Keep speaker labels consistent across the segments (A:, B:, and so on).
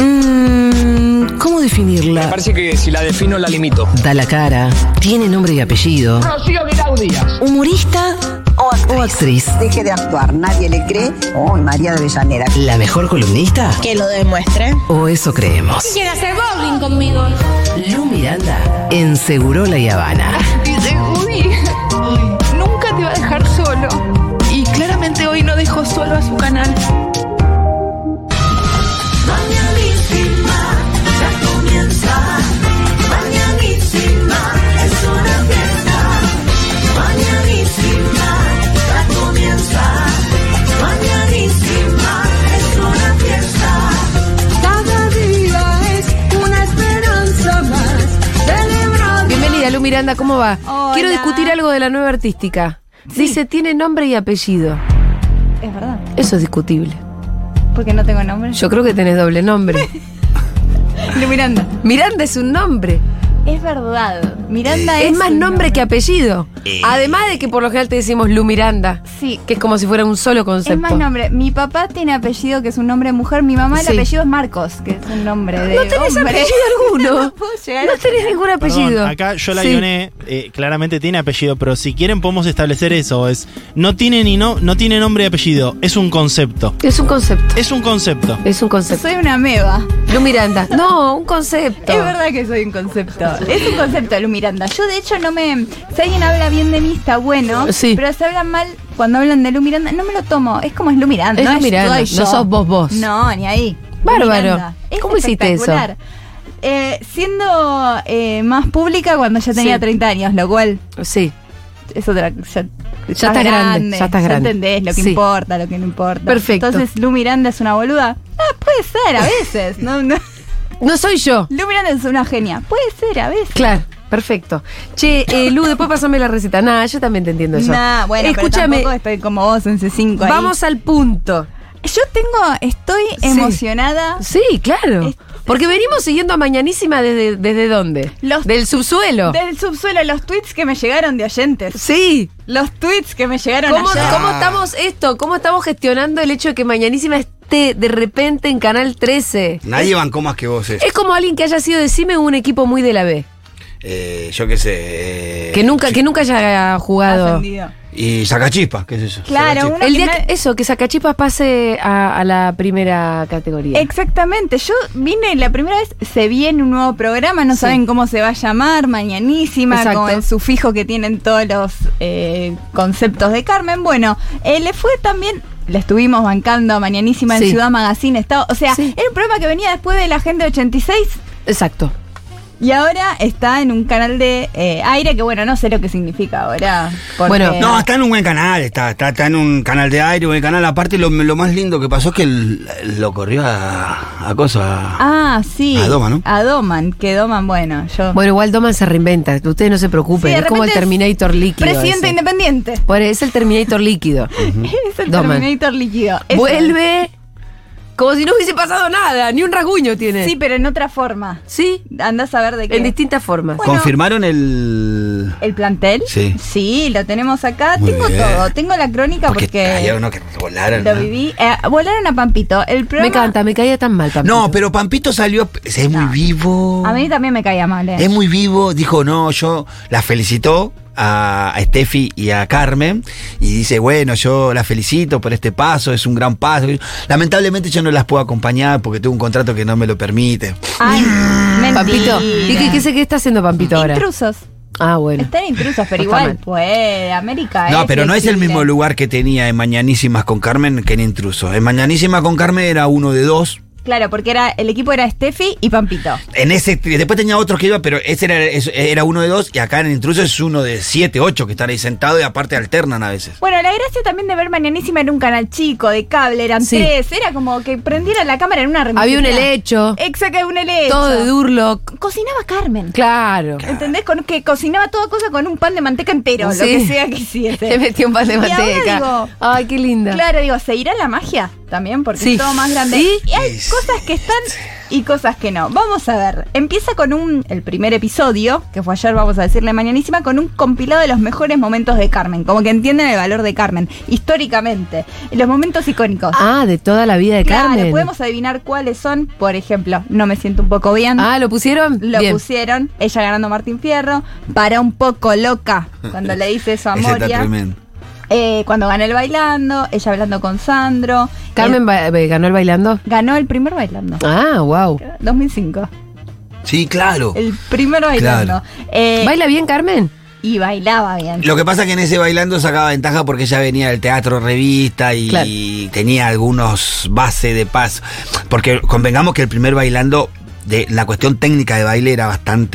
A: Mm, definirla.
B: Parece que si la defino la limito.
A: Da la cara, tiene nombre y apellido.
B: Rocío Guirao Díaz.
A: Humorista o actriz.
C: Deje de actuar, nadie le cree. Oh, María de Avellaneda.
A: ¿La mejor columnista?
D: Que lo demuestre.
A: O eso creemos.
E: Quiere hacer bowling conmigo.
A: Lu Miranda en Segurola y Habana.
F: Dice, Woody, nunca te va a dejar solo. Y claramente hoy no dejó solo a su canal.
G: Bienvenida, Lu Miranda, ¿cómo va?
E: Hola.
G: Quiero discutir algo de la nueva artística. Dice, tiene nombre y apellido.
H: Es verdad,
G: Eso es discutible.
H: porque no tengo nombre.
G: Yo creo que tenés doble nombre.
H: Lu Miranda.
G: Miranda es un nombre.
H: Es verdad. Miranda es.
G: Es más
H: un
G: nombre que apellido.
I: Eh.
G: Además de que por lo general te decimos Lu Miranda,
H: Sí.
G: que es como si fuera un solo concepto.
H: Es más nombre. Mi papá tiene apellido que es un nombre de mujer. Mi mamá el
G: Sí.
H: apellido es Marcos, que es un nombre de.
G: No tenés
H: hombre.
G: apellido alguno.
H: No puedo llegar
G: No
H: a-
G: tenés ningún
I: Perdón,
G: apellido.
I: acá yo la
G: Sí.
I: guioné, eh, claramente tiene apellido, pero si quieren podemos establecer eso. Es no tiene ni no, no tiene nombre y apellido, es un concepto.
G: Es un concepto.
I: Es un concepto.
G: Es un concepto.
H: Soy una meba.
G: Lu Miranda. No, un concepto.
H: Es verdad que soy un concepto. Es un concepto, Lu Miranda. Yo, de hecho, no me. Si alguien habla bien de mí, está bueno.
G: Sí.
H: Pero si hablan mal cuando hablan de Lu Miranda, no me lo tomo. Es como es Lu Miranda.
G: Es
H: no
G: Lu Miranda,
H: soy
G: no
H: yo.
G: sos vos vos.
H: No, ni ahí. Lu
G: Bárbaro.
H: Miranda. Es
G: ¿Cómo hiciste eso?
H: espectacular. Eh, siendo eh, más pública cuando ya tenía
G: Sí.
H: 30 años, lo cual
G: Sí.
H: es otra. Ya,
G: estás grande, ya estás grande.
H: entendés lo que
G: Sí.
H: importa, lo que no importa.
G: Perfecto.
H: Entonces, Lu Miranda es una boluda. Ah, puede ser, a veces. No, no.
G: No soy yo.
H: Lu Miranda es una genia. Puede ser, a veces.
G: Claro, perfecto. Che, eh, Lu, después pasame la receta. Nah, yo también te entiendo eso.
H: Nah, bueno,
G: Escúchame,
H: Pero tampoco estoy como vos en C5 ahí.
G: vamos al punto.
H: Yo tengo, estoy
G: Sí.
H: emocionada.
G: Sí, claro.
H: Es-
G: Porque venimos siguiendo a Mañanísima desde, desde dónde?
H: Los-
G: Del subsuelo.
H: Desde el subsuelo, los tweets que me llegaron de oyentes.
G: Sí.
H: Los tweets que me llegaron
G: ¿Cómo,
H: ayer.
G: cómo estamos esto? ¿Cómo estamos gestionando el hecho de que Mañanísima esté de repente en Canal 13?
J: Nadie bancó más que vos eso.
G: Es como alguien que haya sido, decime, un equipo muy de la B.
J: Eh, yo qué sé. eh,
G: Que nunca, que nunca haya jugado.
H: Ascendido.
J: Y sacachispas, qué sé yo.
H: Claro,
J: Sacachispas.
H: uno
G: El
H: que
G: día
H: na-
G: que- eso, que Sacachipas pase a, a la primera categoría.
H: Exactamente, yo vine la primera vez, se viene un nuevo programa, no
G: Sí.
H: saben cómo se va a llamar, mañanísima,
G: Exacto.
H: con el sufijo que tienen todos los eh, conceptos de Carmen. Bueno, eh, le fue también, le estuvimos bancando a mañanísima
G: Sí.
H: en Ciudad Magazine, estaba, o sea,
G: Sí.
H: era un programa que venía después de la Agenda 86
G: Exacto.
H: y ahora está en un canal de eh, aire que bueno, no sé lo que significa ahora. porque-
G: Bueno.
J: No, está en un buen canal, está, está, está en un canal de aire, un buen canal. Aparte, lo, lo más lindo que pasó es que el- lo corrió a, a cosa.
H: Ah, sí.
J: A Doman, ¿no?
H: A Doman, que Doman, bueno, yo...
G: Bueno, igual Doman se reinventa, ustedes no se preocupen,
H: Sí, de
G: es como el
H: repente es
G: Terminator líquido.
H: Presidente
G: ese.
H: independiente.
G: Por- es el Terminator líquido.
H: Es el
G: Doman.
H: Terminator líquido. Es-
G: Vuelve como si no hubiese pasado nada, ni un rasguño tiene.
H: Sí, pero en otra forma.
G: Sí,
H: Andás a ver de qué.
G: en distintas formas.
H: Bueno.
J: Confirmaron el.
H: ¿El plantel?
J: Sí.
H: Sí, lo tenemos acá.
J: Muy
H: tengo
J: bien.
H: todo. Tengo la crónica porque,
J: había uno que volaron.
H: lo
J: ¿no?
H: viví. Eh, volaron a Pampito. El
G: Me
H: programa,
G: encanta, me caía tan mal Pampito.
J: No, pero Pampito salió. pues, Es muy vivo.
H: A mí también me caía mal. eh.
J: Es muy vivo, dijo, no, yo la felicitó a, a Steffi y a Carmen y dice, bueno, yo la felicito por este paso, es un gran paso. Lamentablemente yo no las puedo acompañar porque tengo un contrato que no me lo permite.
H: Ay, mentira.
G: Pampito. ¿Y qué, qué, sé- qué está haciendo Pampito ahora?
H: Intrusos.
G: Ah, bueno.
H: Están intrusos,
G: Está
H: pero igual
G: mal.
H: puede. América
J: No, pero no es el
H: flexible.
J: mismo lugar que tenía en Mañanísimas con Carmen que en Intruso. En Mañanísimas con Carmen era uno de dos.
H: Claro, porque era el equipo era Steffi y Pampito.
J: En ese, después tenía otros que iba, pero ese era, es- era uno de dos, y acá en Intruso es uno de siete, ocho que están ahí sentados y aparte alternan a veces.
H: Bueno, la gracia también de ver Mañanísima era un canal chico, de cable, eran
G: Sí.
H: tres, era como que prendiera la cámara en una reunión.
G: Había un helecho,
H: Exacto, un helecho.
G: todo de Durlock.
H: Cocinaba Carmen.
G: Claro.
H: ¿Entendés? Con, que cocinaba toda cosa con un pan de manteca entero,
G: Sí.
H: lo que sea que
G: Te
H: hiciese.
G: metí un pan de
H: Y ahora
G: manteca.
H: digo-
G: Ay, qué linda.
H: Claro, digo, ¿se irá la magia? también, porque
G: Sí.
H: es todo más grande.
G: Sí.
H: Y hay
J: Sí.
H: cosas que están y cosas que no. Vamos a ver. Empieza con un. El primer episodio, que fue ayer, vamos a decirle mañanísima, con un compilado de los mejores momentos de Carmen. Como que entienden el valor de Carmen, históricamente. Los momentos icónicos.
G: Ah, de toda la vida de
H: Claro,
G: Carmen.
H: podemos adivinar cuáles son. Por ejemplo, no me siento un poco bien.
G: Ah, ¿lo pusieron?
H: Lo
G: Bien.
H: pusieron, ella ganando a Martín Fierro, para un poco loca cuando le dice eso a
J: Ese está
H: Moria.
J: tremendo.
H: Eh, cuando ganó el bailando, ella hablando con Sandro.
G: ¿Carmen
H: Eh,
G: ba- eh, ganó el bailando?
H: ganó el primer bailando.
G: Ah, wow.
H: 2005.
J: Sí, claro.
H: El primer bailando. Eh,
G: ¿Baila bien Carmen?
H: y bailaba bien.
J: Lo que pasa es que en ese bailando sacaba ventaja porque ella venía del teatro revista y
G: Claro.
J: tenía algunos bases de paso. Porque convengamos que el primer bailando de la cuestión técnica de baile era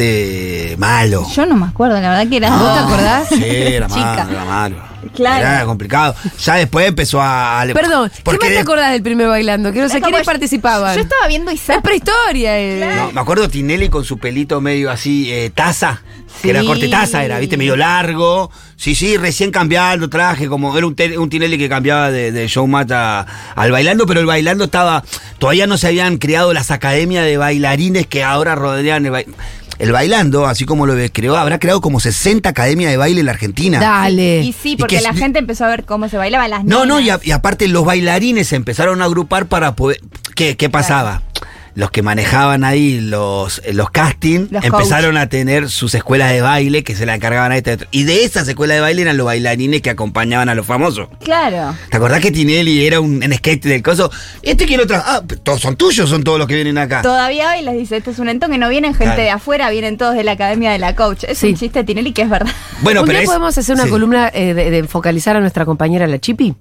J: bastante malo. Ah,
H: Yo no me acuerdo, la verdad que era. ¿Vos te acordás?
J: Sí, era
H: Chica.
J: malo, era malo.
H: Claro.
J: Era complicado. Ya después empezó a.
G: Perdón, ¿qué más
J: porque
G: te
J: de-
G: acordás del primer bailando? Quiero
H: Es
G: saber
H: como
G: quiénes
H: yo-
G: participaban.
H: pues, Yo estaba viendo
G: Es
H: Isaac.
G: prehistoria. eh.
J: No, me acuerdo Tinelli con su pelito medio así, eh, taza.
H: Sí.
J: Que era corte taza, era, viste, medio largo. Sí, sí, recién cambiando traje, como era un, te- un Tinelli que cambiaba de, de showmat a- al bailando, pero el bailando estaba. Todavía no se habían creado las academias de bailarines que ahora rodean el bailando. El bailando, así como lo creó, habrá creado como 60 academias de baile en la Argentina.
G: Dale.
H: Y sí,
J: Y
H: porque
J: que-
H: la gente empezó a ver cómo se bailaba las
J: No, no,
H: nenas.
J: y, a- y aparte los bailarines se empezaron a agrupar para poder... ¿Qué, qué pasaba? Los que manejaban ahí los, los castings
H: Los
J: empezaron a tener sus escuelas de baile que se la encargaban a este. Y de esas escuelas de baile eran los bailarines que acompañaban a los famosos.
H: Claro.
J: ¿Te acordás que Tinelli era un en skate del coso? Este quiere otra. Ah, todos son tuyos, son todos los que vienen acá.
H: Todavía hoy les dice, este es un entón que no vienen gente
J: Ah. Claro.
H: de afuera, vienen todos de la academia de la coach. Es
G: Sí.
H: un chiste de Tinelli que es verdad.
J: Bueno,
G: ¿Un
J: pero
G: día
J: es-
G: podemos hacer una
J: sí.
G: columna eh, de, de focalizar a nuestra compañera la Chipi?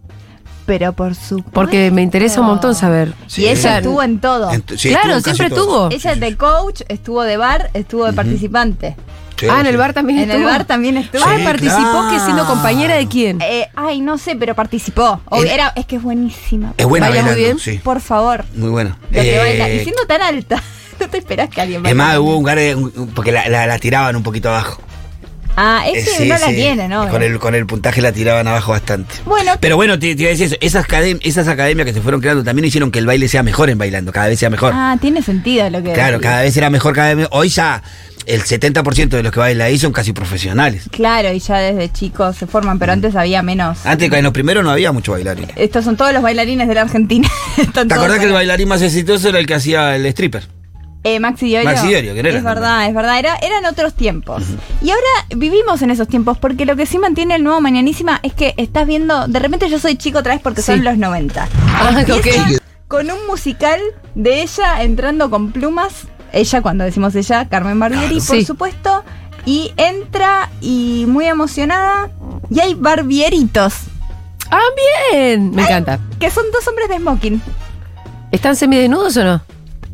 H: Pero por supuesto.
G: Porque me interesa un montón saber.
J: Sí.
H: Y ella
J: Claro.
H: estuvo en todo.
J: En tu- sí,
G: claro,
J: estuvo en casi
G: siempre
J: todo.
G: tuvo.
H: Ella es de coach, estuvo de bar, estuvo de participante.
J: Sí,
G: ah, en el
J: sí.
G: bar también
H: En el
G: estuvo.
H: bar también estuvo.
G: Ah,
J: Sí,
G: participó que siendo
J: claro.
G: compañera de quién.
H: Eh, ay, no sé, pero participó. O-
J: El-
H: era, es que es buenísima.
J: Es buena
G: Baila muy bien.
J: bailando, Eh, sí.
H: Por favor.
J: Muy buena.
H: Lo que
J: Eh,
H: baila. Y siendo tan alta, no te esperás que alguien
J: Es
H: baile.
J: más, hubo un lugar eh, un- porque la, la- la tiraban un poquito abajo.
H: Ah, es
J: Eh,
H: que
J: sí,
H: no la
J: sí.
H: tiene, ¿no?
J: Con el, con el puntaje la tiraban abajo bastante.
H: Bueno,
J: Pero bueno, te, te iba a decir eso. Esas, academ- esas academias que se fueron creando también hicieron que el baile sea mejor en bailando, cada vez sea mejor.
H: ah, tiene sentido lo que
J: claro,
H: decís.
J: cada vez era mejor, cada vez. Hoy ya el 70% de los que bailan ahí son casi profesionales.
H: Claro, y ya desde chicos se forman,
J: Mm.
H: pero antes había menos.
J: Antes, en los primeros no había mucho bailarín.
H: Estos son todos los bailarines de la Argentina. Están
J: ¿Te
H: todos
J: acordás que el
H: acá.
J: bailarín más exitoso era el que hacía el stripper?
H: Eh, Maxi Diorio.
J: Maxi Diorio, que no era
H: Es
J: tan
H: verdad, es verdad. Era, eran otros tiempos. Y ahora vivimos en esos tiempos, porque lo que sí mantiene el nuevo Mañanísima es que estás viendo. De repente yo soy chico otra vez porque
G: Sí.
H: son los 90.
G: Ah, ok.
H: Empieza Con un musical de ella entrando con plumas. Ella, cuando decimos ella, Carmen Barbieri,
G: Claro.
H: por
G: Sí.
H: supuesto. Y entra y muy emocionada. Y hay barbieritos,
G: Ah, bien. Me encanta.
H: que son dos hombres de smoking.
G: ¿Están semidesnudos o no?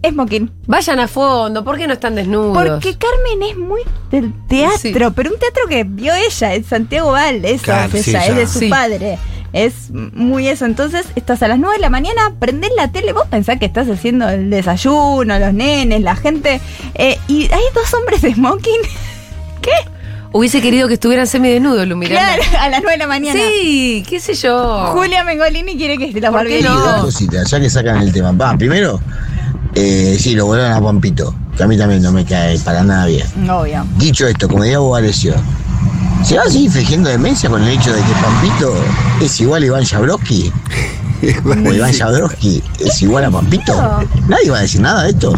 H: Smoking.
G: Vayan a fondo, ¿por qué no están desnudos?
H: Porque Carmen es muy del teatro,
G: Sí.
H: pero un teatro que vio ella, es Santiago Val, esa
J: Claro,
H: es
J: sí,
H: ella,
J: ya.
H: es de su
G: Sí.
H: padre. Es muy eso. Entonces, estás a las 9 de la mañana, prendés la tele, vos pensás que estás haciendo el desayuno, los nenes, la gente. eh, y hay dos hombres de smoking. ¿Qué?
G: Hubiese querido que estuvieran semidesnudos, Lu Miranda.
H: Claro, a las 9 de la mañana.
G: Sí, qué sé yo.
H: Julia Mengolini quiere que los
G: ¿Por qué
H: barberitos.
G: no?
D: Dos cositas, ya que sacan el tema. Va, primero, eh, sí, lo volaron a Pampito, que a mí también no me cae para nada bien.
H: Obvio.
D: Dicho esto, como diría Bobalesio, ¿se va a seguir fingiendo demencia con el hecho de que Pampito es igual a Iván Jabrowski? ¿O Iván Jabrowski es igual a Pampito? Nadie va a decir nada de esto.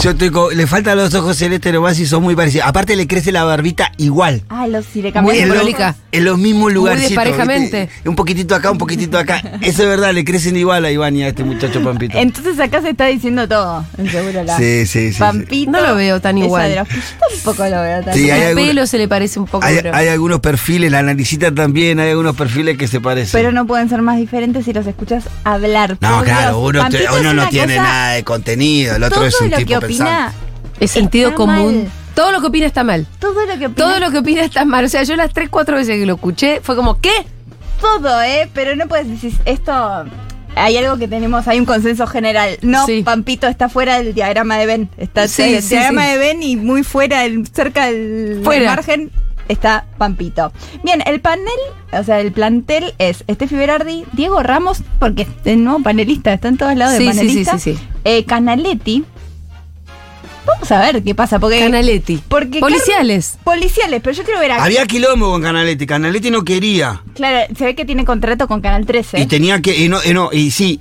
J: Yo estoy con- le faltan los ojos celestes nomás y son muy parecidos. Aparte le crece la barbita igual.
H: Ah, los, si le
G: Muy
H: cambiaron
J: en,
H: los
J: lo-
G: Mónica.
J: en los mismos lugarcitos.
G: desparejamente.
J: ¿viste? Un poquitito acá, un poquitito acá. Eso es verdad, le crecen igual a Iván y a este muchacho Pampito.
H: Entonces acá se está diciendo todo, en seguro la.
J: Sí, sí, sí, sí.
H: Pampito.
G: No lo veo tan
H: esa
G: igual.
H: de los- yo tampoco lo veo tan
J: Sí,
H: igual.
J: hay
G: El
J: alguna-
G: pelo se le parece un poco.
J: hay,
G: pero-
J: hay algunos perfiles, la naricita también, hay algunos perfiles que se parecen.
H: Pero no pueden ser más diferentes si los escuchas hablar.
J: No,
H: Por
J: claro,
H: Dios,
J: uno, te-
H: Pampito
J: uno
H: es
J: no
H: una
J: tiene
H: cosa-
J: nada de contenido, el otro
H: todo
J: es un
H: lo
J: tipo
H: que opina,
J: pensante.
G: es sentido
H: Está
G: común.
H: mal.
G: Todo lo que opina está mal.
H: Todo lo que opina.
G: Todo lo que opina está mal. O sea, yo las tres, cuatro veces que lo escuché fue como, ¿qué?
H: todo, ¿eh? Pero no puedes decir esto. Hay algo que tenemos, hay un consenso general. No,
G: Sí.
H: Pampito está fuera del diagrama de Ben. Está
G: Sí,
H: el
G: sí,
H: diagrama
G: sí.
H: de Ben y muy fuera, del- cerca del
G: Fuera.
H: margen. está Pampito. Bien, el panel, o sea, el plantel es Steffi Berardi, Diego Ramos, porque este es el nuevo panelista, está en todos lados
G: Sí,
H: de
G: sí,
H: panelista.
G: sí, sí, sí.
H: Eh, Canaletti. Vamos a ver qué pasa, porque.
G: Canaletti.
H: Porque
G: Policiales.
H: Carmen- policiales, pero yo quiero ver a.
J: Había quilombo con Canaletti. Canaletti no quería.
H: Claro, se ve que tiene contrato con Canal 13.
J: Y tenía que. Y no, y no, y sí.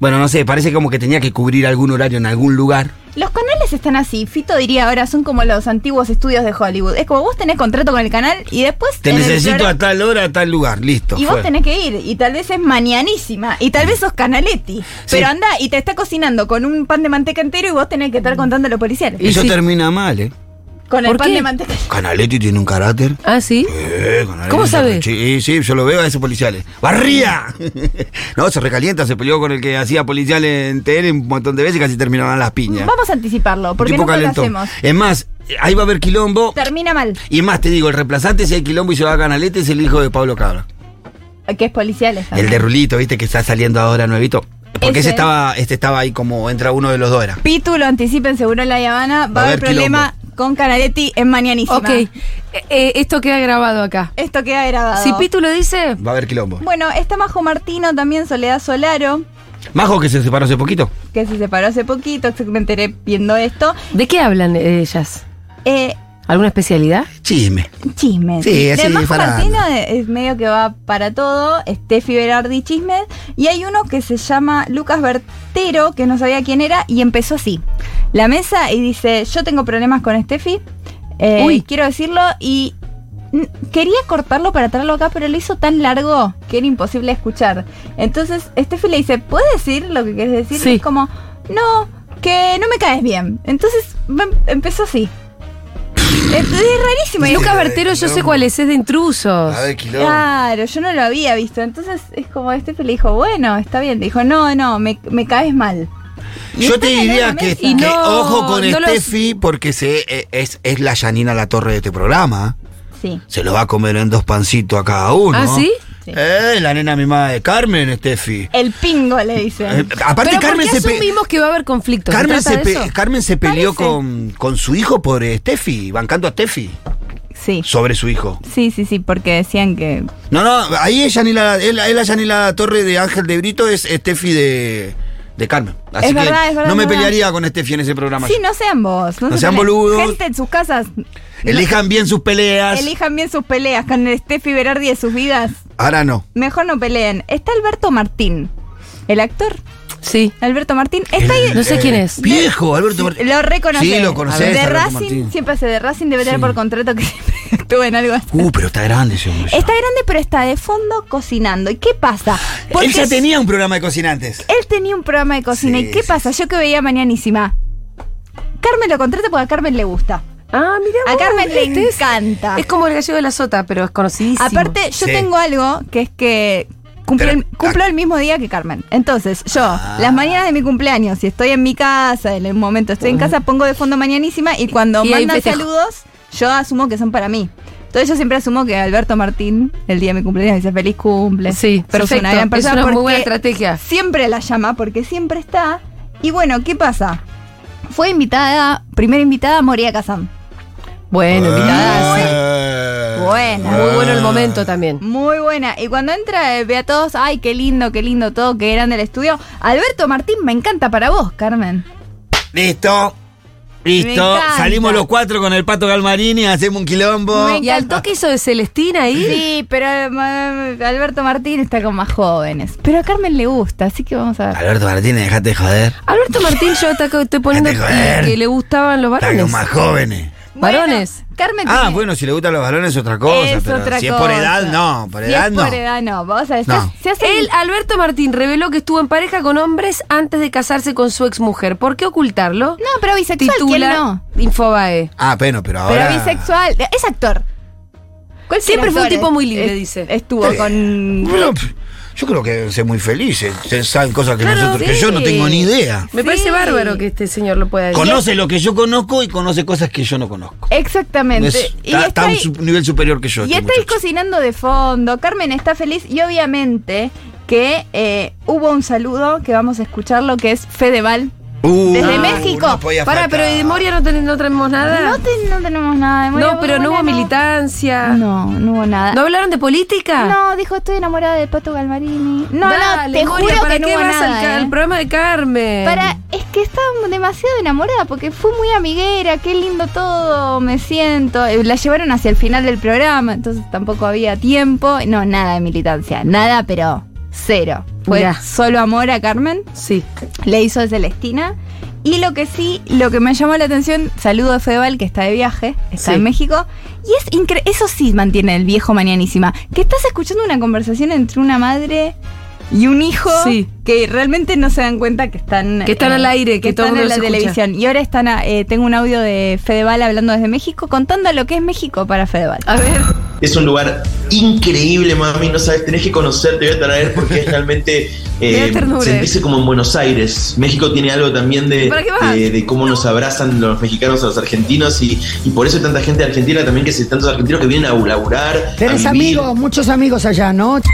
J: Bueno, no sé, parece como que tenía que cubrir algún horario en algún lugar.
H: Los canales están así, Fito diría ahora, son como los antiguos estudios de Hollywood. Es como vos tenés contrato con el canal y después...
J: Te
H: en el
J: necesito
H: programa-
J: a tal hora, a tal lugar. Listo.
H: Y
J: fue.
H: vos tenés que ir, y tal vez es mañanísima, y tal vez sos canaletti. Pero anda y te está cocinando con un pan de manteca entero y vos tenés que
J: Mm.
H: estar contando a los policiales.
J: Eso termina mal, ¿eh?
H: Con el
G: ¿Por
H: pan
G: qué?
H: de manteca.
J: Canaletti tiene un carácter.
G: Ah, sí.
J: Eh, Canaletti
G: ¿Cómo
J: se
G: sabe?
J: rechi- Sí, sí, yo lo veo a esos policiales. ¡Barría! no, se recalienta, se peleó con el que hacía policiales en TN un montón de veces y casi terminaban las piñas.
H: Vamos a anticiparlo, porque
J: Tipo
H: nunca lo
J: calentón.
H: hacemos.
J: Es más, ahí va a haber quilombo.
H: Termina mal,
J: Y es más, te digo, el reemplazante si hay quilombo y se va a Canaletti es el hijo de Pablo Cabra.
H: que es policiales.
J: El de Rulito, viste, que está saliendo ahora nuevito. Porque
H: Ese.
J: ese estaba, este estaba ahí como entra uno de los dos era.
H: Pitu lo anticipen, seguro en la Habana, va a haber problema con canaletti en mañanísima.
G: Ok. Eh, eh, esto queda grabado acá.
H: Esto queda grabado.
G: Si Pitu lo dice,
J: Va a haber quilombo.
H: Bueno, está Majo Martino también, Soledad Solaro,
J: Majo que se separó hace poquito.
H: que se separó hace poquito, esto que me enteré viendo esto.
G: ¿de qué hablan eh, ellas?
H: Eh,
G: ¿Alguna especialidad?
J: Chisme.
H: chismes.
J: Sí,
H: De
J: así,
H: Majo
J: farándula.
H: Martino eh, es medio que va para todo, Steffi Berardi chismes, y hay uno que se llama Lucas Bertero, que no sabía quién era, y empezó así. La mesa y dice, yo tengo problemas con Steffi, eh,
G: Uy.
H: quiero decirlo, y mm, quería cortarlo para traerlo acá, pero lo hizo tan largo que era imposible escuchar. Entonces Steffi le dice, ¿puedes decir lo que quieres decir?
G: Sí.
H: Y es como, no, que no me caes bien. Entonces em- empezó así. Es, es rarísimo. y es
G: Lucas Bertero, yo sé cuál es, es de intrusos.
J: A ver, quilombo.
H: Claro, yo no lo había visto. Entonces es como este le dijo, bueno, está bien. Le dijo, no, no, me, me caes mal. Y
J: Yo
H: está
J: te
H: en la
J: diría
H: mesa.
J: que,
G: Y
J: que
G: no,
J: ojo con
G: no lo-
J: Steffi porque se, eh, es, es la Yanina la torre de este programa.
H: Sí.
J: Se lo va a comer en dos pancitos a cada uno.
G: ¿Ah, sí?
H: Sí.
J: Eh, la nena mimada de Carmen, Steffi.
H: El pingo le
J: Eh,
H: dicen.
J: aparte
G: Pero
J: Carmen
G: ¿por qué
J: se, pe-
G: asumimos que va a haber conflicto? ¿Se
J: Carmen,
G: trata
J: se
G: de
J: pe-
G: eso?
J: Carmen se peleó
H: Parece.
J: con, con su hijo por eh, Steffi, bancando a Steffi
H: Sí.
J: sobre su hijo.
H: Sí, sí, sí, porque decían que.
J: No, no, ahí es Yanila, es la- es la Yanila Torre de Ángel de Brito, es Steffi de, de Carmen. Así que
H: Es verdad, es verdad,
J: no me
H: es verdad.
J: pelearía con Steffi en ese programa.
H: Sí, no sean vos.
J: Ah, No
H: se
J: sean
H: peleen.
J: boludos.
H: Gente en sus casas.
J: Elijan bien sus peleas.
H: Elijan bien sus peleas con el Steffi Berardi de sus vidas.
J: Ahora no.
H: Mejor no peleen. Está Alberto Martín, el actor.
G: Sí.
H: Alberto Martín está ahí.
G: No sé quién es.
J: Viejo, Alberto Martínez.
H: Lo reconocí.
J: Sí, lo conocés,
H: De
J: Alberto
H: Racing,
J: Martín.
H: siempre hace de Racing, debe tener por contrato que siempre estuvo en algo así.
J: Uh, pero está grande ese hombre. ya.
H: Está grande, pero está de fondo cocinando. ¿Y qué pasa? Porque
J: Él ya tenía un programa de cocinantes.
H: él tenía un programa de cocina.
J: Sí,
H: ¿Y qué
J: sí,
H: pasa? Yo que veía mañanísima. Carmen lo contrata porque a Carmen le gusta.
G: Ah, mira.
H: A
G: vos,
H: Carmen le
G: ¿viste?
H: encanta.
G: Es como el gallego de la sota, pero es conocidísimo.
H: Aparte, yo
J: Sí.
H: tengo algo que es que cumplo,
J: Pero- Ah.
H: el, cumplo el mismo día que Carmen. Entonces, yo, las mañanas de mi cumpleaños, si estoy en mi casa, en el momento estoy en casa, pongo de fondo mañanísima y cuando
G: Y ahí
H: mandan
G: festejo.
H: saludos, yo asumo que son para mí. Entonces yo siempre asumo que Alberto Martín, el día de mi cumpleaños, dice feliz cumple.
G: Sí,
H: Sos
G: perfecto.
H: una gran
G: es
H: persona
G: una muy
H: porque
G: buena estrategia.
H: Siempre la llama porque siempre está. Y bueno, ¿qué pasa? Fue invitada, primera invitada, Moria Kazan.
J: Ah.
G: Bueno, invitadas.
J: Eh.
H: Buena.
G: Muy bueno el momento también.
H: Muy buena. Y cuando entra, eh, ve a todos, ay, qué lindo, qué lindo todo, qué grande el estudio. Alberto Martín, me encanta para vos, Carmen.
J: Listo. Listo.
H: encanta.
J: Salimos los cuatro con el pato Galmarini, hacemos un quilombo.
H: Me
G: Y al toque hizo de Celestina ahí.
H: Sí, pero eh, Alberto Martín está con más jóvenes. Pero a Carmen le gusta, así que vamos a ver.
J: Alberto Martínez, dejate de joder.
G: Alberto Martín, yo te estoy poniendo
J: Dejate joder.
G: que le gustaban los
J: Está
G: varones.
J: con más jóvenes.
G: Varones.
H: Bueno, Carmen
J: Ah,
H: tiene-
J: bueno, si le gustan los balones es otra cosa,
H: es
J: pero
H: otra
J: si es por
H: cosa.
J: edad, no, por
H: Si
J: edad
H: es
J: no.
H: por edad, no. Vamos a ver. se
J: No.
H: hace- Se hace
G: Él, ah, Alberto Martín, reveló que estuvo en pareja con hombres antes de casarse con su exmujer. ¿Por qué ocultarlo?
H: No, pero bisexual, ¿quién
G: Titula
H: no?
G: Infobae.
J: Ah, bueno, pero
H: Pero
J: ahora.
H: bisexual, es actor. ¿Cuál
G: Siempre fue un
H: actor?
G: tipo muy libre,
H: Es-
G: dice.
H: Estuvo con
J: Bueno, pff, yo creo que deben ser muy felices. Ustedes saben cosas que
G: Claro,
J: nosotros, que
G: sí.
J: yo no tengo ni idea.
G: Me
H: Sí.
G: parece bárbaro que este señor lo pueda decir.
J: Conoce lo que yo conozco y conoce cosas que yo no conozco.
H: Exactamente.
J: Es-
G: este
H: Y
J: está, está a un
H: ahí-
J: su- nivel superior que yo.
H: Y
J: este
H: estáis
J: muchacho.
H: cocinando de fondo. Carmen está feliz y obviamente que eh, hubo un saludo que vamos a escucharlo que es Fedeval
J: Uh,
G: Desde
J: no,
G: México.
J: no podía
G: Pará,
J: faltar.
G: pero de Moria no, ten- no tenemos nada.
H: No, te- no tenemos nada de Moria
G: Ah. No, pero no hubo
H: Buena,
G: militancia. No.
H: No, no hubo nada.
G: hablaron de política?
H: No, dijo, estoy enamorada de Pato Galmarini. No, no,
G: Dale,
H: te
G: Moria,
H: juro
G: ¿para
H: que no
G: qué
H: hubo
G: vas al
H: nada,
G: ca- al,
H: eh.
G: programa de Carmen?
H: Para, es que estaba demasiado enamorada porque fue muy amiguera, qué lindo todo, me siento. Eh, La llevaron hacia el final del programa, entonces tampoco había tiempo. No, nada de militancia, nada, pero cero. Fue
G: Mirá.
H: solo amor a Carmen,
G: Sí.
H: le hizo de Celestina. Y lo que sí, lo que me llamó la atención, saludo a Fedeval que está de viaje, está
G: Sí.
H: en México. Y es incre- eso sí mantiene el viejo mañanísima, que estás escuchando una conversación entre una madre y un hijo
G: Sí.
H: que realmente no se dan cuenta que están eh,
G: Que están al aire, que todo
H: están
G: el
H: en
G: mundo
H: la
G: los escucha.
H: televisión. Y ahora están a- eh, tengo un audio de Fedeval hablando desde México contando lo que es México para Fedeval.
G: A ver.
K: Es un lugar increíble, mami. No sabes, tenés que conocer, te voy a traer porque es realmente
G: Me da
K: eh,
G: ternura.
K: sentirse como en Buenos Aires. México tiene algo también de,
G: ¿Para qué vas?
K: de, de cómo nos abrazan los mexicanos a los argentinos y, y por eso hay tanta gente argentina también que se tantos argentinos que vienen a laburar.
L: Tenés
K: a vivir.
L: amigos, muchos amigos allá, ¿no?
H: ¿Qué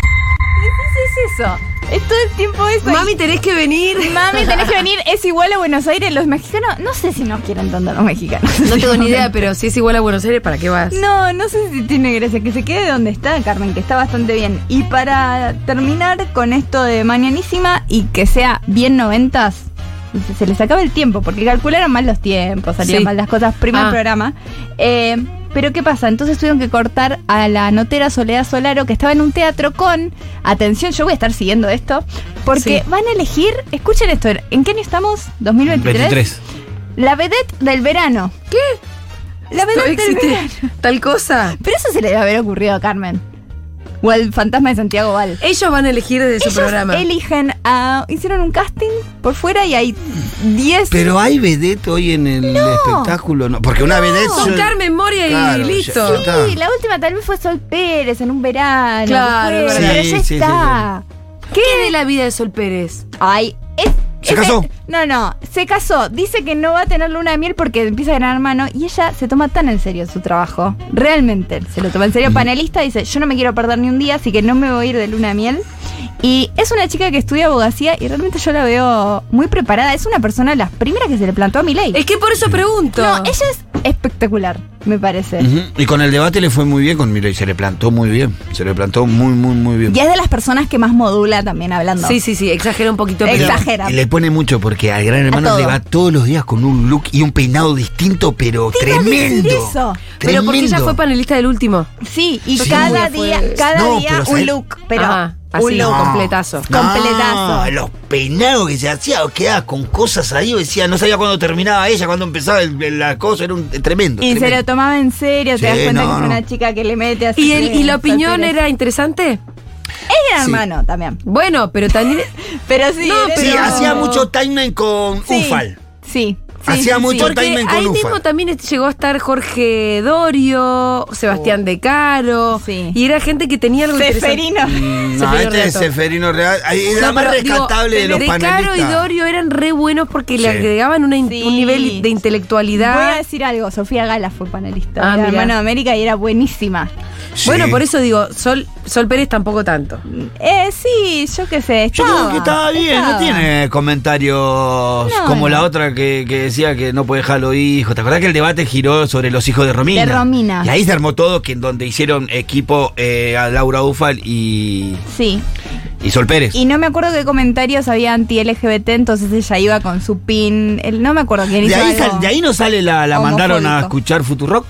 H: es eso? Es todo el tiempo eso.
G: Mami, tenés que venir.
H: Y- Mami, tenés que venir, es igual a Buenos Aires, los mexicanos, no sé si nos quieren tanto los mexicanos.
G: No tengo ni idea, pero si es igual a Buenos Aires, ¿para qué vas?
H: No, no sé si tiene gracia que se quede donde está, Carmen, que está bastante bien. Y para terminar con esto de mañanísima y que sea bien noventas, se- se les acaba el tiempo, porque calcularon mal los tiempos, salieron
G: Sí.
H: mal las cosas, primer
G: Ah.
H: programa. Eh, pero ¿qué pasa? Entonces tuvieron que cortar a la notera Soledad Solaro, que estaba en un teatro con, atención, yo voy a estar siguiendo esto, porque
G: Sí.
H: van a elegir, escuchen esto, ¿en qué año estamos? ¿2023?
J: 23.
H: La vedette del verano. ¿Qué? La vedette del
G: existe
H: verano.
G: tal cosa?
H: Pero eso se le debe haber ocurrido a Carmen. O al fantasma de Santiago Val.
G: Ellos van a elegir de su
H: Ellos
G: programa.
H: eligen a. Hicieron un casting por fuera y hay 10.
J: Pero hay vedette hoy en el espectáculo, ¿no? Porque una vedette.
G: Son
J: yo-
G: Carmen Moria y
J: Claro, ya-
G: listo.
J: ya está.
H: Sí, la última tal vez fue Sol Pérez en un verano.
G: Claro,
H: Fue,
G: es
J: verdad.
H: pero
J: Sí,
H: ya
J: sí, sí,
H: está.
G: ¿Qué de la vida de Sol Pérez?
H: Ay, es.
J: ¿Se
H: es-
J: casó?
H: No, no, se casó. Dice que no va a tener luna de miel porque empieza a ganar mano y ella se toma tan en serio su trabajo. Realmente, se lo toma en serio. Panelista dice, yo no me quiero perder ni un día, así que no me voy a ir de luna de miel. Y es una chica que estudia abogacía y realmente yo la veo muy preparada. Es una persona de las primeras que se le plantó a mi ley.
G: Es que por eso pregunto.
H: No, ella es espectacular, me parece.
J: Ujú. Y con el debate le fue muy bien con Miro y se le plantó muy bien. Se le plantó muy, muy, muy bien.
H: Y es de las personas que más modula también hablando.
G: Sí, sí, sí, exagera un poquito.
H: Pero-
G: pero-
H: exagera.
J: Y le pone mucho porque al gran hermano
H: todo.
J: le va todos los días con un look y un peinado distinto, pero tremendo.
H: eso.
G: Pero porque ella
J: Tremendo.
G: fue panelista del último.
H: Sí, y
J: Sí.
H: cada
J: Fue-
H: día, cada
J: No,
H: día
J: pero
H: un
J: ¿sabes?
H: look, pero
G: Ajá,
H: un
G: así,
H: look.
G: completazo.
J: No,
H: Completazo.
J: Ah, los peinados que se hacía, quedaba con cosas ahí, decía, no sabía cuándo terminaba ella, cuándo empezaba el- el- la cosa, era un eh, tremendo.
H: Y se
J: tremendo.
H: lo tomaba en serio, te
J: Sí,
H: das cuenta
J: no,
H: que es
J: no.
H: una chica que le mete así.
G: ¿Y, el, y la
H: Sol
G: opinión
H: Pérez.
G: era interesante?
J: Sí.
H: Era hermano también.
G: Bueno, pero también.
H: Pero sí,
G: No,
H: era-
J: Sí,
G: pero-
J: hacía mucho timeline con
H: Sí.
J: Ufal.
H: Sí. sí,
J: Hacía
H: sí,
J: mucho
H: sí.
J: Porque-
G: Porque
J: Timing con
G: ahí
J: Ufa.
G: mismo también est- llegó a estar Jorge Dorio, Sebastián De Caro.
H: Sí.
G: Y era gente que tenía algo interesante.
H: Seferino.
J: Mm,
G: Seferino
J: No, este es
G: Reato.
J: Seferino Real. Ahí
G: No,
J: era más
G: pero, digo,
J: rescatable de los
G: Caro y
J: panelistas.
G: Dorio eran re buenos porque le
J: Sí.
G: agregaban una in-
H: Sí.
G: un nivel de
H: Voy a
G: intelectualidad.
H: decir algo, Sofía Gala fue panelista.
G: Ah,
H: era
G: mirá.
H: hermano de América y era buenísima.
J: Sí.
G: Bueno, por eso digo, Sol, Sol Pérez tampoco tanto.
H: Eh, sí, yo qué sé.
J: Yo creo que estaba bien, no
H: estaba.
J: tiene comentarios como la otra que, que decía que no puede dejar a los hijos. ¿Te acordás que el debate giró sobre los hijos de Romina?
H: De Romina.
J: Y ahí se armó todo, que en donde hicieron equipo eh, a Laura Ufal y,
H: Sí.
J: y Sol Pérez.
H: Y no me acuerdo qué comentarios había anti-LGBT, entonces ella iba con su pin. El, no me acuerdo quién
J: de,
H: hizo
J: ahí
H: algo.
J: sal- de ahí no sale la, la mandaron a
H: homofóbico.
J: escuchar Futurock.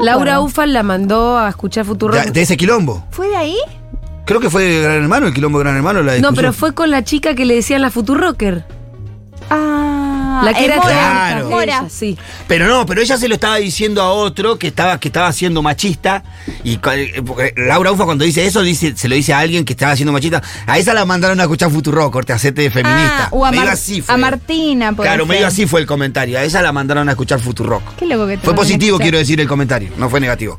G: Laura Ufal la mandó a escuchar Futuro.
J: De, de ese quilombo.
H: ¿Fue de ahí?
J: Creo que fue de Gran Hermano, el quilombo de Gran Hermano. La
G: No,
J: discusión.
G: pero fue con la chica que le decían la Futurocker.
H: Ah,
G: La que
H: eh,
G: era
H: Mora.
J: Claro.
H: Mora.
G: Ella, sí.
J: Pero no, pero ella se lo estaba diciendo a otro que estaba, que estaba siendo machista. Y cu- eh, porque Laura Ufa cuando dice eso, dice, se lo dice a alguien que estaba siendo machista. A esa la mandaron a escuchar Futurock, corte hacete feminista.
H: Ah, o a,
J: medio
H: Mar-
J: así fue.
H: a Martina, por
J: Claro, medio así fue el comentario. A esa la mandaron a escuchar Futurock.
H: Qué loco que te
J: Fue
H: manden a
J: positivo,
H: escuchar.
J: quiero decir, el comentario. No fue negativo.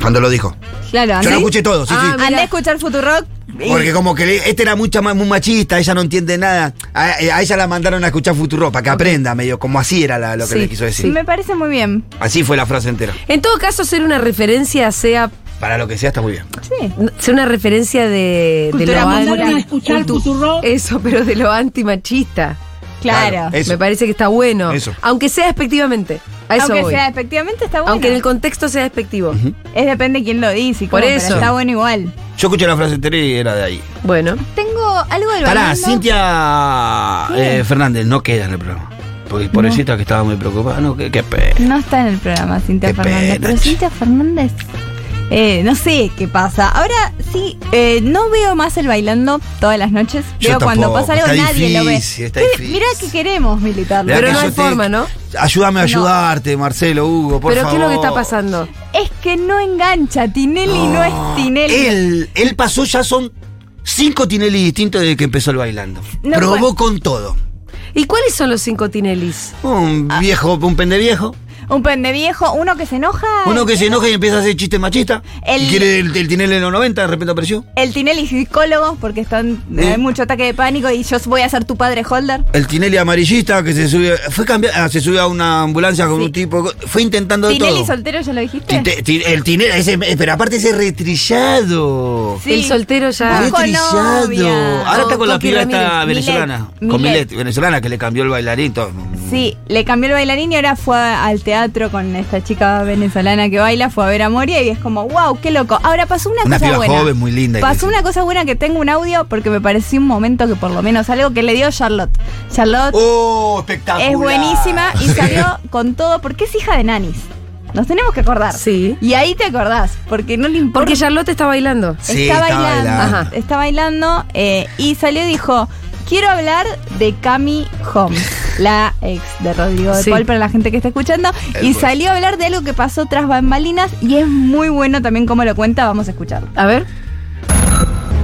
J: Cuando lo dijo.
H: Claro,
J: Yo
H: andá,
J: lo escuché todo, sí,
G: Ah,
J: sí.
H: andá
G: Mirá.
H: a escuchar Futurock. y-
J: Porque como que le- este era mucha más, muy machista, ella no entiende nada. A, eh, a ella la mandaron a escuchar Futuro para que aprenda, medio como así era la- lo que
G: Sí,
J: le quiso decir.
G: sí.
H: Me parece muy bien.
J: Así fue la frase entera.
G: En todo caso, ser una referencia sea
J: Para lo que sea está muy bien.
H: Sí.
G: ser una referencia de, de
H: Cultura
G: lo
H: mundial,
G: anti- cultu- eso, pero de lo antimachista.
H: Claro.
J: Eso.
G: Me parece que está bueno.
J: Eso.
G: Aunque sea despectivamente. A eso
H: Aunque
G: voy.
H: sea efectivamente está bueno.
G: Aunque en el contexto sea despectivo.
H: Es depende de quién lo dice y
G: Por
H: cómo, pero
G: eso.
H: está bueno igual.
J: Yo escuché la frase entera y era de ahí.
G: Bueno.
H: Tengo algo del
J: Pará,
H: bailando.
J: Cintia eh, Fernández no queda en el programa. Porque pobrecita que estaba muy preocupada. No, qué, qué pena.
H: No está en el programa Cintia
J: Qué
H: Fernández.
J: pena,
H: pero
J: che.
H: Cintia Fernández. eh, no sé qué pasa. Ahora sí, eh, no veo más el bailando todas las noches.
J: Yo
H: veo cuando
J: tampoco,
H: pasa algo,
J: está
H: nadie lo ve.
J: difícil, está
H: Mira-
J: difícil.
H: Mirá que queremos militar.
J: Mirá
G: Pero
J: que
G: no
J: yo
G: hay
J: te-
G: forma, ¿no?
J: Ayúdame a
H: No.
J: ayudarte, Marcelo, Hugo, por
G: Pero ¿qué
J: favor.
G: es lo que está pasando?
H: Es que no engancha. Tinelli no es Tinelli.
J: Ah, Él, él pasó, ya son cinco Tinelli distintos desde que empezó el bailando.
H: No,
J: Probó con todo.
G: ¿Y cuáles son los cinco Tinelis?
J: Un
G: Ah.
J: viejo, un pendeviejo.
H: Un pende viejo, uno que se enoja.
G: Ah,
J: Uno que se enoja y empieza a hacer chistes machistas.
H: El-
J: Y quiere el, el Tinelli de los 90, de repente apareció.
H: El Tinelli psicólogo, porque están,
J: Eh.
H: hay mucho ataque de pánico y yo voy a ser tu padre holder.
J: El Tinelli amarillista que se sube, fue cambi- ah, se subió a una ambulancia con
H: Sí.
J: un tipo, fue intentando de
H: Tinelli
J: todo.
H: soltero, ¿ya lo dijiste?
J: Tinte- ti- el Tinelli, ese- eh, pero aparte ese retrillado.
H: Sí.
G: El soltero ya.
H: Busco
J: Retrillado.
H: Ah. novia.
J: Ahora está con la
G: Coqui
J: piba esta
G: Ramírez.
J: venezolana.
H: Milet,
J: Con
H: Milet.
J: Milet, venezolana que le cambió el bailarito.
H: Sí, le cambió el bailarín y ahora fue al teatro con esta chica venezolana que baila, fue a ver a Moria y es como, wow, qué loco. Ahora pasó una,
J: Una
H: cosa
J: piba
H: buena.
J: joven, muy linda.
H: Pasó
J: Que-
H: una cosa buena que tengo un audio porque me pareció un momento que por lo menos algo que le dio Charlotte. Charlotte
J: Oh, espectacular.
H: es buenísima y salió con todo porque es hija de Nanis. Nos tenemos que acordar.
G: Sí.
H: Y ahí te acordás, porque no le importa.
G: Porque Charlotte está bailando.
J: Sí,
H: está,
J: está
H: bailando,
J: bailando.
H: Ajá. está bailando eh, y salió y dijo, quiero hablar de Cami Holmes, la ex de Rodrigo de
G: Sí.
H: Paul para la gente que está escuchando, y salió a hablar de algo que pasó tras bambalinas y es muy bueno también como lo cuenta, vamos a escucharlo.
G: A ver.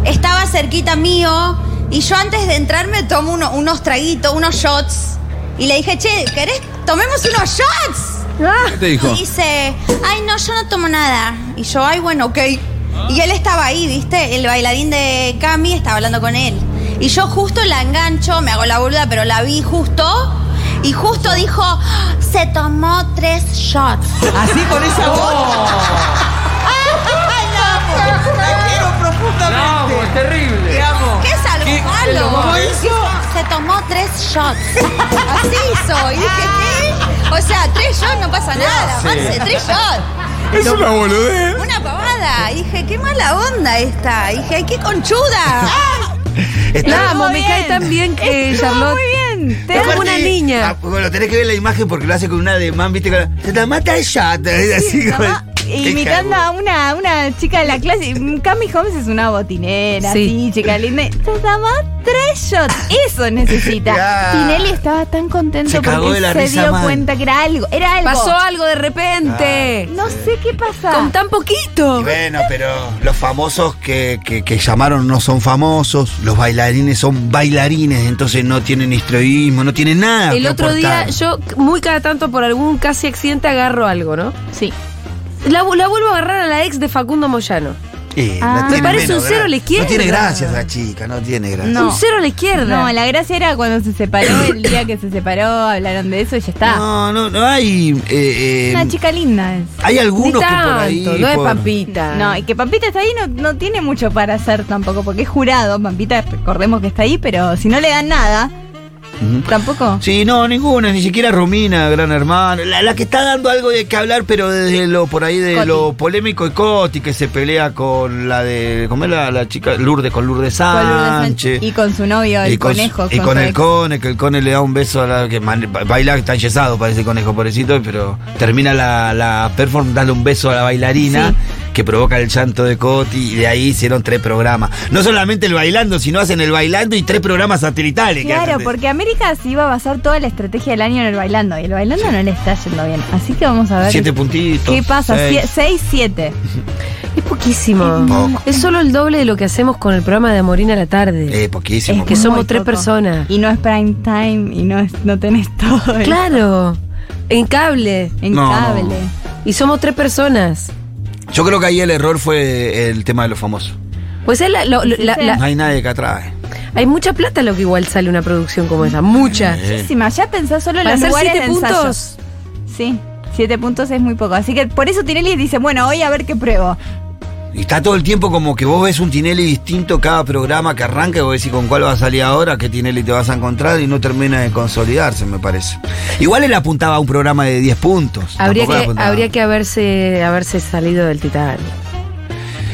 M: estaba cerquita mío y yo antes de entrar me tomo uno- unos traguitos, unos shots. Y le dije, che, ¿querés? Tomemos unos shots.
J: ¿Qué te dijo?
M: Y dice, ay, no, yo no tomo nada. Y yo, ay, bueno, ok. Y él estaba ahí, ¿viste? El bailarín de Cami estaba hablando con él. Y yo justo la engancho, me hago la burda, pero la vi justo. Y justo dijo, se tomó tres shots.
C: Así con esa voz. La quiero profundamente.
B: es terrible.
C: Te amo.
M: ¿Qué es algo malo?
C: ¿Cómo hizo?
M: Se tomó tres shots. Así hizo. Y dije, ¿qué? O sea, tres shots no pasa nada, Marce, tres shots.
J: Es una boludez.
M: Una pavada. Y dije, qué mala onda esta. Y dije, ay, qué conchuda. Ah,
G: La amo, me
H: bien.
G: cae tan bien que
H: Estuvo
G: Charlotte.
H: muy bien. Te
G: Es como
J: Aparte,
G: una niña.
J: ah, bueno, tenés que ver la imagen porque lo hace con una de man, viste, con la, se la mata el shot. así como-
H: Estaba Imitando a una, una chica de la clase. Mm, Cami Holmes es una botinera,
G: Sí.
H: sí, chica linda. Te daba tres shots. Eso necesita.
J: Ya.
H: Tinelli estaba tan contento
J: Se cagó de
H: porque
J: la
H: se
J: risa
H: dio
J: mal.
H: cuenta que era algo. Era algo.
G: Pasó algo de repente.
H: No sé qué pasa.
G: Con tan
J: Ah. Y
G: poquito.
J: Bueno, pero los famosos que, que- que llamaron no son famosos, los bailarines son bailarines, entonces no tienen histrionismo, no tienen nada.
G: El
J: que
G: otro día,
J: aportar.
G: yo muy cada tanto por algún casi accidente agarro algo, ¿no?
H: Sí.
G: La, vu- la vuelvo a agarrar a la ex de Facundo Moyano.
J: Eh, no
H: Ah.
J: tiene
G: Me parece
J: menos
G: un cero
J: gra-
G: a la izquierda.
J: No tiene gracia esa chica, no tiene gracia.
H: No.
G: Un cero a la izquierda.
H: No, la gracia era cuando se separó, el día que se separó, hablaron de eso y ya está.
J: No, no, no hay. eh, eh,
H: Una chica linda es.
J: hay
G: Ni
J: algunos que por ahí.
G: tanto, no es
J: por- Ah.
G: papita.
H: No, y que Pampita está ahí no, no tiene mucho para hacer tampoco, porque es jurado. Pampita, recordemos que está ahí, pero si no le dan nada,
J: Ujú.
H: tampoco.
J: Sí, no, ninguna, ni siquiera Romina, gran hermano. La, la que está dando algo de que hablar, pero desde lo por ahí de
H: Coti.
J: lo polémico y Coti, que se pelea con la de. ¿Cómo es la, la chica? Lourdes, con Lourdes
H: Con Lourdes Sánchez.
J: Sánchez.
H: Y con su novio, el
J: Y con,
H: conejo.
J: y con
H: su
J: el
H: ex.
J: cone, que el cone le da un beso a la que man- baila, está enyesado, parece el conejo pobrecito, pero termina la, la performance dando un beso a la bailarina que provoca el llanto de Coti y de ahí hicieron tres programas. No solamente el bailando, sino hacen el bailando y tres programas satelitales. que
H: Claro,
J: hacen de-
H: porque América se iba a basar toda la estrategia del año en el bailando. Y el bailando no le está yendo bien. Así que vamos a ver.
J: Siete puntitos.
H: ¿Qué pasa?
J: seis.
H: 6-7.
G: Es poquísimo.
J: Poco.
G: Es solo el doble de lo que hacemos con el programa de Amorina a la tarde.
J: Eh, poquísimo.
G: que somos tres personas.
H: Y no es prime time y no, es- no tenés todo.
J: Eh.
H: el-
G: Claro. En cable.
H: En
J: No, no.
H: cable.
G: Y somos tres personas.
J: Yo creo que ahí el error fue el tema de los famosos.
G: Pues es la- lo- lo- la- la-
J: No hay nadie que atrae.
G: hay mucha plata lo que igual sale una producción como esa. Mucha.
J: Eh.
H: Muchísima. Ya pensás solo en
G: Para
H: los
G: hacer
H: lugares
G: siete
H: de ensayo.
G: puntos.
H: Sí. Siete puntos es muy poco. Así que por eso Tinelli dice, bueno, hoy a ver qué pruebo.
J: Y está todo el tiempo como que vos ves un Tinelli distinto cada programa que arranca y vos decís con cuál vas a salir ahora, qué Tinelli te vas a encontrar y no termina de consolidarse, me parece. Igual él apuntaba a un programa de 10 puntos.
G: Habría
J: Tampoco él
G: que,
J: apuntaba-
G: habría que haberse, haberse salido del Titanic.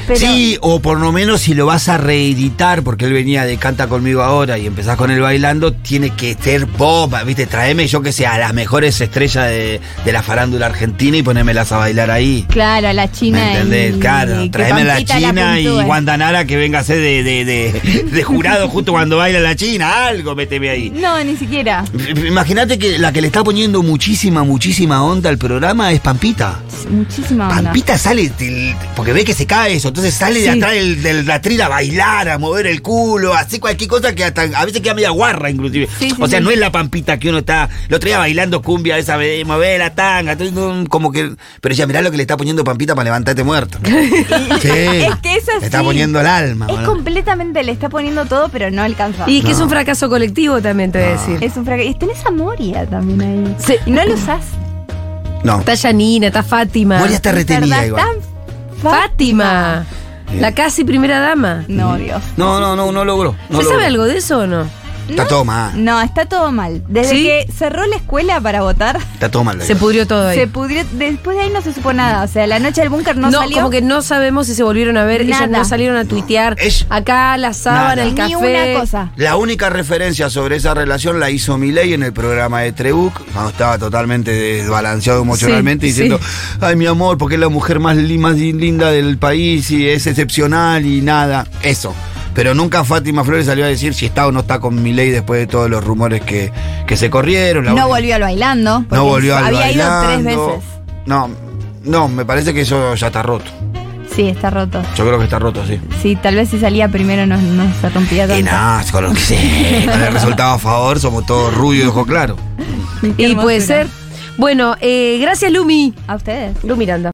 G: Pero-
J: Sí, o por lo menos si lo vas a reeditar, porque él venía de Canta conmigo ahora y empezás con él bailando, tiene que ser bomba, ¿viste? Traeme, yo que sé, a las mejores estrellas de, de la farándula argentina y ponémelas a bailar ahí.
H: Claro, a la China.
J: ¿Me entendés?
H: y-
J: Claro,
H: que
J: traeme a la
H: Pampita la
J: China y
H: puntúe.
J: Guandanara que venga a ser de, de- de- de jurado justo cuando baila la China, algo méteme ahí.
H: No, ni siquiera.
J: Imagínate que la que le está poniendo muchísima, muchísima onda al programa es Pampita.
H: Muchísima onda.
J: Pampita sale, del- porque ve que se cae eso, entonces sale de
H: Sí.
J: atrás del- de la tril a bailar, a mover el culo, así cualquier cosa que hasta a veces queda media guarra inclusive.
H: Sí, sí,
J: o sea,
H: sí.
J: no es la pampita que uno está, lo traía bailando cumbia esa, de mover la tanga, todo, no, como que... Pero ya mirá lo que le está poniendo pampita para levantarte muerto. Sí,
H: Es que es así.
J: le está poniendo el alma.
H: Es
J: ¿no?
H: completamente, le está poniendo todo, pero no alcanza.
G: Y es que es
J: No.
G: un fracaso colectivo también, te voy a decir.
H: Es un fracaso. Y tenés a Moria también ahí.
G: Sí.
H: Y no lo usás.
J: No,
G: Está Janina, está Fátima.
J: Moria está retenida
H: ¿Verdad?
J: igual.
H: Tan fa-
G: Fátima. La casi primera dama.
H: No, Dios.
J: No, no, no, no logró. No
G: ¿Se
J: logró.
G: sabe algo de eso o no?
J: Está
H: No.
J: todo mal,
H: No, está todo mal. Desde
G: ¿Sí?
H: que cerró la escuela para votar,
J: está todo mal.
G: Se pudrió todo ahí.
H: se pudrió. Después de ahí no se supo nada. O sea, la noche del búnker no,
G: No,
H: salió.
G: como que no sabemos si se volvieron a ver. Ellas
H: Nada.
G: no salieron a tuitear.
J: Es-
G: Acá la sábana,
J: Nada.
G: el café.
H: Ni una cosa.
J: La única referencia sobre esa relación la hizo Milei en el programa de Trebuch, cuando estaba totalmente desbalanceado emocionalmente,
G: Sí,
J: diciendo, ay mi amor, porque es la mujer más, li- más linda del país y es excepcional y nada, eso. Pero nunca Fátima Flores salió a decir si está o no está con Milei después de todos los rumores que, que se corrieron. La
H: No
J: única-
H: volvió al bailando. porque
J: no volvió al
H: Había ido
J: Bailando.
H: tres veces.
J: No, no, me parece que eso ya está roto.
H: Sí, está roto.
J: Yo creo que está roto, sí.
H: Sí, tal vez si salía primero no, no se rompía
J: Y
H: tanto.
J: nada, con, lo que sé, con el resultado a favor somos todos rubio y ojo claro.
H: Qué
G: Y puede
H: hermosura.
G: ser. Bueno, eh, gracias Lumi.
H: A ustedes.
G: Lu Miranda.